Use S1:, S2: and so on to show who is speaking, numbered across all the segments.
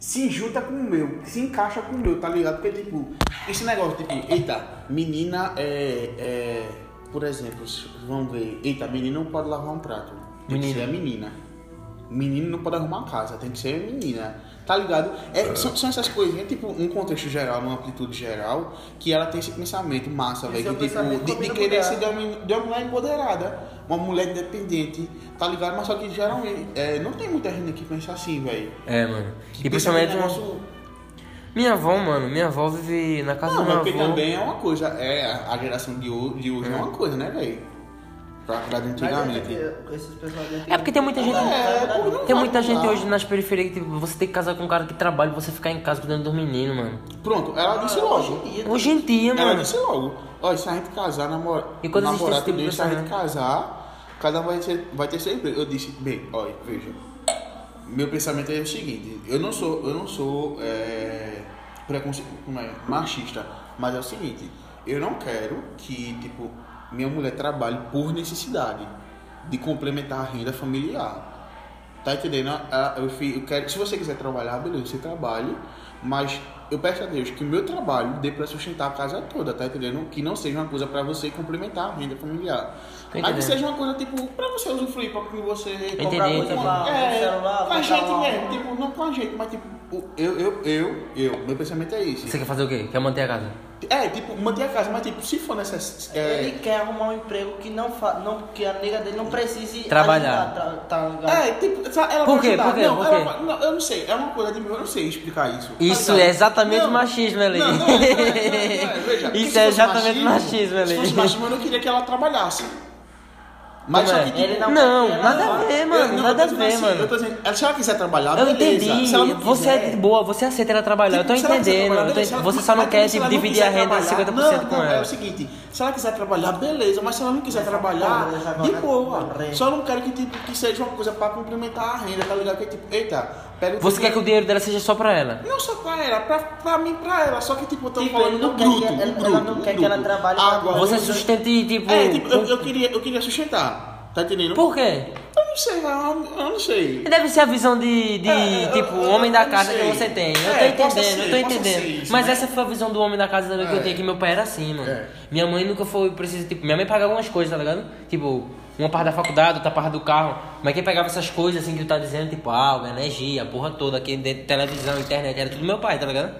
S1: se junta com o meu, se encaixa com o meu, tá ligado? Porque, tipo, esse negócio, tipo, eita, menina é. é, por exemplo, vamos ver, eita, menina não pode lavar um prato. Tem que
S2: Menina.
S1: ser a menina. Menino não pode arrumar a casa, tem que ser a menina. Tá ligado? É, são, são essas coisinhas, tipo, um contexto geral, numa amplitude geral, que ela tem esse pensamento massa,
S3: Esse é
S1: velho.
S3: o
S1: Que, tipo,
S3: pensamento
S1: de,
S3: da
S1: de
S3: mulher
S1: querer se
S3: empoderada.
S1: de uma, men- de uma mulher empoderada, uma mulher independente, tá ligado? Mas só que geralmente, é, não tem muita gente que pensa assim, velho.
S2: É, mano. E
S1: Pensa que
S2: principalmente.
S1: o negócio-
S2: Minha avó, mano. Minha avó vive na casa
S1: Não,
S2: do meu
S1: mas porque
S2: avô.
S1: também é uma coisa. É, a geração de hoje, de hoje é. uma coisa, né, velho? Pra cuidar
S3: é
S1: de antigamente.
S2: É porque tem muita gente.
S1: É, pô, não vai
S2: tem muita gente
S1: mudar.
S2: hoje nas periferias que tipo, você tem que casar com um cara que trabalha e você ficar em casa cuidando dos meninos, mano.
S1: Pronto, ela disse
S3: Hoje
S1: logo.
S3: em dia,
S2: Hoje em dia,
S1: Ela
S2: mano.
S1: disse logo. Olha, se a gente casar, namora,
S2: E quando existe
S1: namorar
S2: esse tipo de
S1: tudo isso, se a gente
S2: pensamento?
S1: casar, cada um vai, ser, vai ter seu emprego. Eu disse, bem, olha, veja. Meu pensamento é o seguinte, eu não sou, eu não sou é, preconce- como é, machista, mas é o seguinte, eu não quero que, tipo, minha mulher trabalhe por necessidade de complementar a renda familiar. Tá entendendo? Ah, Eu, fi- eu quero, se você quiser trabalhar, beleza, você trabalhe. Mas eu peço a Deus que o meu trabalho dê pra sustentar a casa toda, tá entendendo? Que não seja uma coisa pra você complementar a renda familiar.
S2: Tô
S1: Aí que
S2: Tá entendendo.
S1: seja uma coisa, tipo, pra você usufruir, pra que você comprar
S2: entendi.
S1: coisa.
S3: Comprar um
S1: é,
S3: celular,
S1: com a
S3: né? comprar
S1: gente,
S3: uma-
S1: é, tipo, não com a gente, mas tipo, o- eu, eu, eu, eu, meu pensamento é
S2: Você
S1: esse.
S2: quer fazer o quê? Quer manter a casa?
S1: É, tipo, manter a casa, mas tipo, se for é, necessário.
S3: Ele quer arrumar um emprego que não fa... não que a nega dele não precise
S2: Trabalhar.
S3: ajudar, tá, tá ligado?
S1: É, tipo, sa- ela
S2: Por
S1: vai
S2: quê?
S1: ajudar.
S2: Por quê?
S1: Não,
S2: Por
S1: ela
S2: quê?
S1: vai- não, eu não sei. É uma coisa de mim, eu não sei explicar isso. tá
S2: Isso
S1: ligado?
S2: é exatamente machismo, Eli.
S1: Não, não, não, não, não, não, veja, porque
S2: Isso
S1: se
S2: é
S1: fosse
S2: exatamente machismo, Eli.
S1: Se fosse machismo, eu não queria que ela trabalhasse. Mas
S2: Como
S1: só
S2: é?
S1: que, tipo,
S3: Ele
S2: Não,
S3: quer
S2: nada a
S3: trabalhar.
S2: ver,
S1: eu-
S2: mano.
S1: não,
S2: nada a
S1: eu tô dizendo
S2: ver,
S1: assim, Eu
S2: mano.
S1: tô dizendo, se ela quiser trabalhar,
S2: Eu
S1: beleza.
S2: entendi.
S1: Se ela não
S2: Você
S1: quiser-
S2: é de boa, você aceita ela trabalhar. Eu tô
S1: Tipo, se ela quiser
S2: entendendo.
S1: trabalhar,
S2: eu tô
S1: beleza,
S2: ent-
S1: ela-
S2: Você só não
S1: mas
S2: quer
S1: se é ela
S2: tipo,
S1: não
S2: dividir
S1: quiser
S2: a renda
S1: trabalhar-
S2: 50%
S1: não,
S2: com
S1: não, É
S2: ela.
S1: o seguinte, se ela quiser trabalhar, beleza, mas se ela não quiser trabalhar,
S3: pobre, essa
S1: de
S3: pobre,
S2: é
S1: boa.
S3: pobre.
S1: Só não quero que, tipo, que seja uma coisa pra complementar a renda, tá ligado? Que tipo, eita, pega o
S2: Você quer que
S1: dinheiro-
S2: o dinheiro dela seja só pra ela?
S1: Não só pra ela, pra, pra mim, pra ela. Só que, tipo, eu tô
S3: Tipo,
S1: falando
S3: ele não
S1: do
S3: quer que
S1: bruto.
S3: ela-
S1: do
S3: ela
S1: bruto,
S3: não
S1: do
S3: quer que ela
S1: bruto.
S3: trabalhe pra
S1: Agora,
S2: Você
S3: eu-
S2: sustente, tipo.
S1: É, tipo, eu, eu queria, eu queria sustentar, tá entendendo?
S2: Por quê?
S1: Eu não sei, eu, não- eu não sei.
S2: Deve ser a visão de, de,
S1: É, eu-
S2: tipo,
S1: eu-
S2: homem da
S1: eu não
S2: casa que
S1: sei.
S2: você tem. Eu
S1: É,
S2: tô
S1: possa
S2: entendendo,
S1: ser,
S2: eu tô
S1: possa ser
S2: entendendo.
S1: isso,
S2: Mas
S1: né?
S2: essa foi a visão do homem da casa que eu
S1: É.
S2: tinha, que meu pai era assim, mano.
S1: É.
S2: Minha mãe nunca foi precisa, tipo, minha mãe pagava algumas coisas, tá ligado? Tipo, uma parte da faculdade, outra parte do carro. Mas quem pagava essas coisas, assim, que tu tá dizendo, tipo, água, energia, a porra toda, aqui dentro, televisão, internet, era tudo meu pai, tá ligado?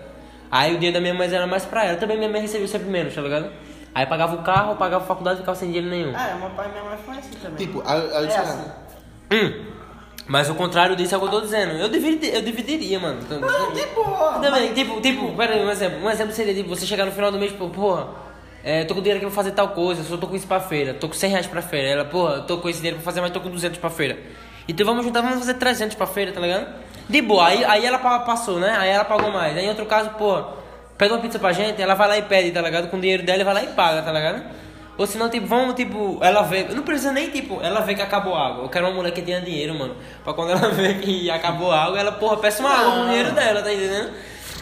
S2: Aí o dinheiro da minha mãe era mais pra ela. Também minha mãe recebeu sempre menos, tá ligado? Aí pagava o carro, pagava a faculdade, ficava sem dinheiro nenhum.
S3: Ah, meu pai e minha mãe fazem assim também.
S1: Tipo, a, a,
S3: é assim.
S2: Hum. Mas o contrário disso é o que eu tô dizendo. Eu, dividi, eu dividiria, mano.
S3: Não, de boa.
S2: Também, tipo, tipo, pera aí, um exemplo. Um exemplo seria, tipo, você chegar no final do mês, pô, porra, é, tô com dinheiro aqui pra fazer tal coisa, só tô com isso pra feira, tô com 100 reais pra feira. Ela, porra, tô com esse dinheiro pra fazer, mas tô com 200 pra feira. Então vamos juntar, vamos fazer 300 pra feira, tá ligado? De boa, aí, aí ela pa- passou, né? Aí ela pagou mais. Aí em outro caso, porra, pede uma pizza pra gente, ela vai lá e pede, tá ligado? Com o dinheiro dela, e vai lá e paga, tá ligado? Ou senão, tipo, vamos, tipo, ela vê. Não precisa nem, tipo, ela vê que acabou a água. Eu quero uma mulher que tenha dinheiro, mano. Pra quando ela vê que acabou a água, ela, porra, peça uma água com o dinheiro dela, tá entendendo?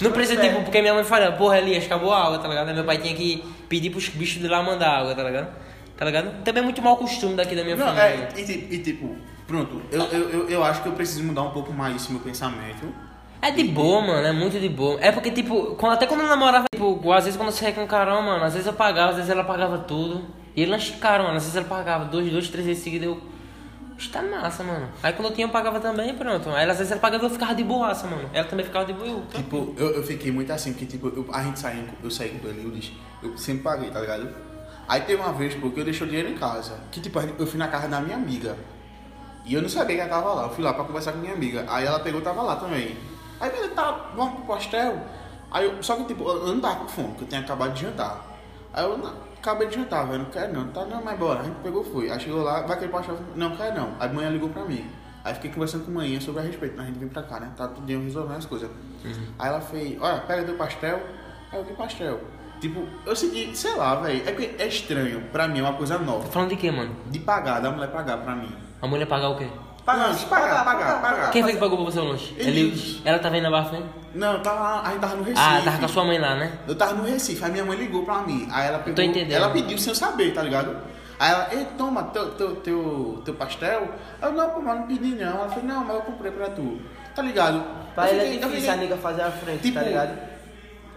S2: Não precisa,
S1: é.
S2: tipo, porque minha mãe fala, porra, Elias, acabou a água, tá ligado? Aí Meu pai tinha que pedir pros bichos de lá mandar água, tá ligado? Tá ligado? Também é muito mau costume daqui da minha
S1: Não,
S2: família.
S1: é, e, ti- e tipo, pronto, eu, eu, eu, eu acho que eu preciso mudar um pouco mais esse meu pensamento.
S2: É de boa, mano, é muito de boa. É porque, tipo, quando, até quando eu namorava, tipo, às vezes quando eu saía com o Carol, mano, às vezes eu pagava, às vezes ela pagava tudo. E eles ficaram, mano, às vezes ela pagava dois, dois, três vezes seguida, eu. Está massa, mano. Aí quando eu tinha, eu pagava também, pronto. Aí às vezes ela pagava e eu ficava de boaça, mano. Ela também ficava de boa. eu, tá?
S1: Tipo, eu, eu fiquei muito assim, porque tipo, eu- a gente saiu, eu saí com ele, eu disse, eu sempre paguei, tá ligado? Aí teve uma vez, porque eu deixei o dinheiro em casa. Que tipo, a gente- eu fui na casa da minha amiga. E eu não sabia que ela tava lá. Eu fui lá pra conversar com minha amiga. Aí ela pegou e tava lá também. Aí beleza, tá, vamos pro pastel. Aí eu, só que tipo, eu eu não tava com fome, porque eu tinha acabado de jantar. Aí eu não, acabei de jantar, velho, não quero não. Tá, não, mas bora. A gente pegou, foi. Aí chegou lá, vai querer pastel. Não, quero não. Aí manhã ligou pra mim. Aí fiquei conversando com a manhã sobre a respeito. A gente vem pra cá, né? Tá tudo resolvendo as coisas. Aí ela fez, olha, pega teu pastel. Aí eu, que pastel? Tipo, eu senti, sei lá, velho. É, porque é estranho. Pra mim é uma coisa nova.
S2: Tá falando de quê, mano?
S1: De pagar, da mulher pagar pra mim.
S2: A mulher pagar o quê?
S1: Pagar, se pagar, pagar, pagar.
S2: Quem foi que pagou pra você o lanche?
S1: Elias.
S2: Ela tá vendo na barra né?
S1: Não, eu tava, a gente tava no Recife.
S2: Ah, tava com a sua mãe lá, né?
S1: Eu tava no Recife, aí minha mãe ligou pra mim. Aí ela pegou.
S2: entendendo.
S1: Ela pediu sem eu saber, tá ligado? Aí ela, ei, toma teu, teu, teu, teu pastel. Eu não, pô, mas não pedi não. Ela falou, não, mas eu comprei pra tu. Tá ligado?
S3: Pra
S1: Eu
S3: ele
S1: fiquei-
S3: é
S1: eu fiquei-
S3: difícil a nega fazer a frente,
S1: Tipo,
S3: tá ligado?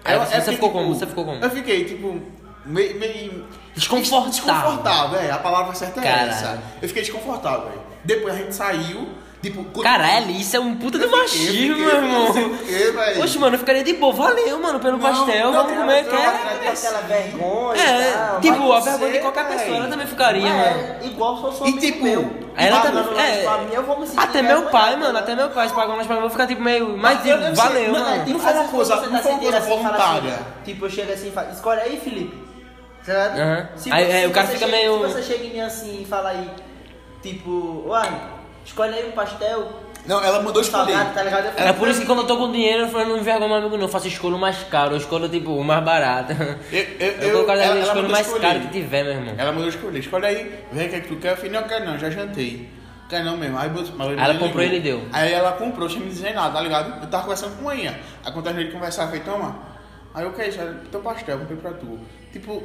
S2: Aí você
S1: porque,
S2: ficou como? Você ficou como?
S1: Eu fiquei, tipo, meio. meio
S2: Desconfortável.
S1: Desconfortável, é. A palavra certa é
S2: Caralho.
S1: essa. Eu fiquei desconfortável, velho. Depois a gente saiu, tipo. quando-
S2: Caralho, isso é um puta do machismo, meu irmão. Oxe,
S1: Oxe,
S2: mano, eu ficaria de boa. Valeu, mano, pelo
S1: Não,
S2: pastel.
S1: não,
S2: Vamos
S1: não,
S2: comer,
S1: não,
S2: quer?
S1: não,
S3: Tem aquela vergonha e
S2: É,
S3: tal,
S2: tipo, a
S1: mas você,
S2: vergonha de qualquer
S1: véi.
S2: pessoa, ela também ficaria, mano.
S3: É, igual se fosse um
S1: E
S3: amigo
S1: tipo,
S3: meu.
S2: Ela também.
S3: Falando
S2: é,
S3: pra mim, eu vou me sentir
S2: até meu pai,
S3: envergonhado,
S2: mano,
S3: né?
S2: até meu pai, se pagar mais pra mim, eu vou ficar tipo
S3: Ah,
S2: meio. Mas
S1: Ah, eu não sei,
S2: valeu,
S1: mano,
S2: mano.
S1: é tipo-
S3: Às vezes
S1: uma coisa-
S3: quando você
S1: não foi uma
S3: sentado
S1: coisa
S3: assim, fala assim,
S1: voluntária.
S3: tipo, eu chego assim e falo, escolhe aí, Felipe. Tá ligado?
S2: Aham.
S3: Se
S2: Aí,
S3: você-
S2: é, o
S3: se
S2: cara
S3: você
S2: fica
S3: chega-
S2: meio-
S3: Se você chega em mim assim e fala aí, tipo, uai, escolhe aí um pastel,
S1: Não, ela mandou escolher.
S3: salgado, tá ligado? Eu falo,
S2: É por isso que quando eu tô com dinheiro, eu falo, não envergonho meu amigo, não. Eu faço escolha o mais caro, eu escolho tipo o mais barato.
S1: Eu, eu,
S2: Eu coloco a
S1: ela- ela
S2: escolha o
S1: mandou
S2: mais
S1: escolher.
S2: caro que tiver, meu irmão.
S1: Ela mandou escolher. Escolhe aí, vê o que, é que tu quer. Eu falei, não, quero não, já jantei. Quer não mesmo. Aí, botou- mas
S2: Aí ela comprou e ele deu.
S1: Aí ela comprou, sem me dizer nada, tá ligado? Eu tava conversando com ela. Aí quando a gente conversava, eu falei, toma. Aí eu quero isso, Ela, teu pastel, comprei pra tu. Tipo,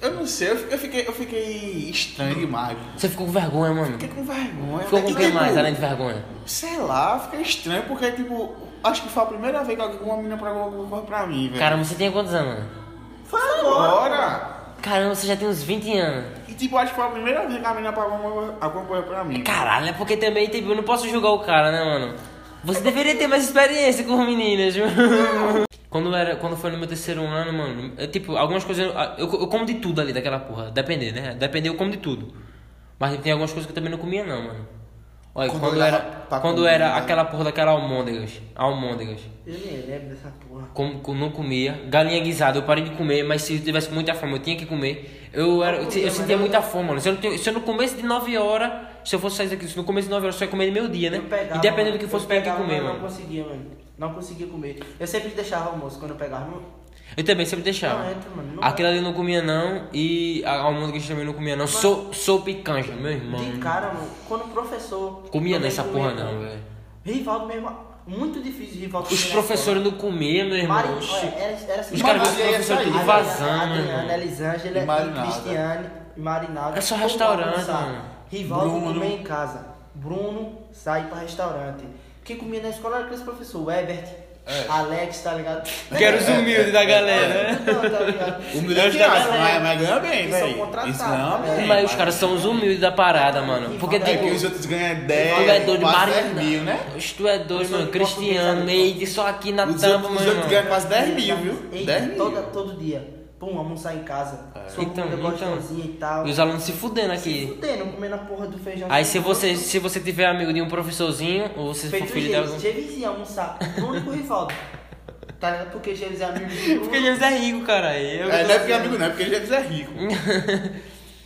S1: eu não sei, eu, eu fiquei, eu fiquei estranho demais.
S2: Você ficou com vergonha, mano.
S1: Fiquei com vergonha.
S2: Ficou
S1: E,
S2: com quem
S1: tipo,
S2: mais, além de vergonha?
S1: Sei lá, fiquei estranho, porque, tipo, acho que foi a primeira vez que alguma menina pagou alguma coisa pra mim, velho.
S2: Caramba, você tem quantos anos? mano?
S3: Fala agora.
S1: Agora!
S2: Caramba, você já tem uns 20 anos.
S1: E, tipo, acho que foi a primeira vez que a menina pagou alguma- alguma coisa pra mim.
S2: Caralho, é porque também tem. Eu não posso julgar o cara, né, mano? Você deveria ter mais experiência com meninas, viu? Quando, era, quando foi no meu terceiro ano, mano, eu, tipo, algumas coisas. Eu, eu como de tudo ali daquela porra. Depender, né? Depender, eu como de tudo. Mas tem algumas coisas que eu também não comia, não, mano. Olha,
S1: Quando
S2: quando,
S1: era
S2: era.
S1: pra
S2: Quando
S1: comer,
S2: era
S1: né?
S2: aquela porra daquela almôndegas. Almôndegas.
S3: Eu nem lembro dessa porra.
S2: Como que eu não comia, galinha guisada, eu parei de comer, mas se eu tivesse muita fome, eu tinha que comer. Eu, era, eu, eu sentia muita fome, mano. Se eu, não, tenho- se eu não comesse de 9 horas, se eu fosse sair daqui, se eu não comesse de 9 horas, eu só ia comer de meio dia, né?
S3: Eu pegava,
S2: e dependendo do que
S3: eu
S2: fosse, eu ia ter que
S3: pegava,
S2: comer,
S3: mas
S2: mano.
S3: Não conseguia, mano. Não conseguia comer. Eu sempre deixava o almoço quando eu pegava. Mano,
S2: Eu também sempre deixava.
S3: Não entra, mano, não
S2: Aquilo ali eu não comia, não. E a almôndega também não comia, não. Sou, sou picanja, meu irmão.
S3: de cara, mano, quando o professor.
S2: Comia
S3: também
S2: nessa
S3: comia,
S2: porra,
S3: mano.
S2: não, velho.
S3: Rivaldo mesmo, muito difícil Rivaldo.
S2: Os
S3: comer na
S2: professores não comiam, meu
S3: escola.
S2: irmão.
S3: Marinho, olha, era, era assim.
S2: Os
S1: Mas
S2: caras viram os
S1: aí é
S2: professores
S1: isso aí.
S2: tudo
S1: Adriana,
S2: vazando, meu
S3: Adriana,
S2: irmão.
S3: Elisângela,
S1: E Marinalda.
S3: Cristiane, Marinaldo.
S2: É só restaurante, mano.
S3: Rivaldo
S1: Bruno.
S3: comia em casa. Bruno sai pra restaurante. Quem comia na escola era aqueles professor, Ebert, Alex, tá ligado?
S2: Quero os humildes da galera. né?
S3: Não, tá ligado?
S1: O milhão de reais, mas, mas ganha bem,
S3: Eles são
S1: velho.
S3: contratados,
S1: Isso não,
S3: né?
S1: velho.
S2: Mas os caras são os humildes da parada, mano. Porque,
S1: É que
S2: tipo,
S1: os outros
S3: um
S1: ganham
S2: Tu é
S1: 10,
S2: doido,
S1: quase 10
S2: Maria.
S1: mil, né?
S2: Oxe, Tu é doido,
S3: Eu sou
S2: mano.
S3: de Porto
S2: Cristiano,
S3: Rico, sabe?
S2: Neide, só aqui na
S1: Os
S2: tampa,
S1: outros,
S2: mano.
S1: os outros ganham quase 10 mil, viu?
S3: Tá Ei,
S1: 10 mil.
S3: toda, todo dia. Pum, almoçar em casa. Sua
S2: Então,
S3: comida
S2: então.
S3: gostosinha e tal.
S2: E os alunos se fudendo
S3: Se
S2: aqui.
S3: fudendo, comendo a porra do feijão.
S2: Aí se você, se você tiver amigo de um professorzinho, ou você for
S3: Feito um
S2: filho de algum...
S3: James, James ia almoçar no único Rivaldo. Tá ligado? Porque James é amigo do Bruno.
S2: Porque eles é rico, cara. Eu...
S1: É, não é porque é amigo, não, é porque James é rico.